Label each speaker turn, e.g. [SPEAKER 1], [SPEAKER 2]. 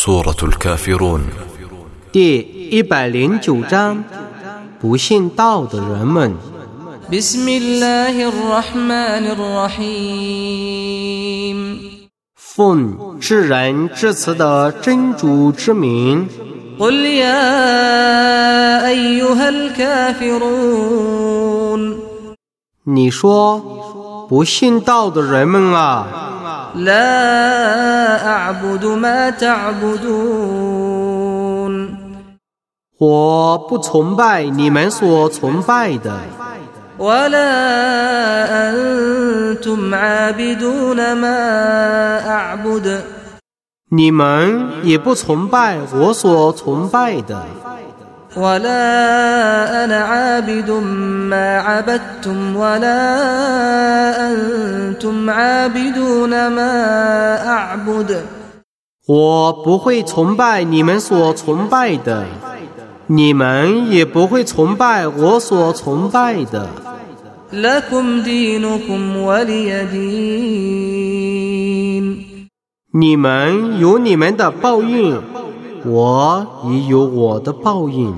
[SPEAKER 1] سورة الكافرون
[SPEAKER 2] 第一百零九章，不信道的人们，
[SPEAKER 3] بسم الله الرحمن الرحيم
[SPEAKER 2] 奉至仁至慈的真主之名，
[SPEAKER 3] قل يا أيها الكافرون
[SPEAKER 2] 你说，不信道的人们啊，
[SPEAKER 3] لا أعبد ما تعبدون
[SPEAKER 2] 我不崇拜你们所崇拜的，
[SPEAKER 3] ولا أنتم عابدون ما أعبد
[SPEAKER 2] 你们也不崇拜我所崇拜的，
[SPEAKER 3] ولا أنا عابد ما عبدتم ولا أنتم عابدون ما أعبد
[SPEAKER 2] 我不会崇拜你们所崇拜的，你们也不会崇拜我所崇拜的。
[SPEAKER 3] لكم دينكم ولي دين
[SPEAKER 2] 你们有你们的报应，我也有我的报应。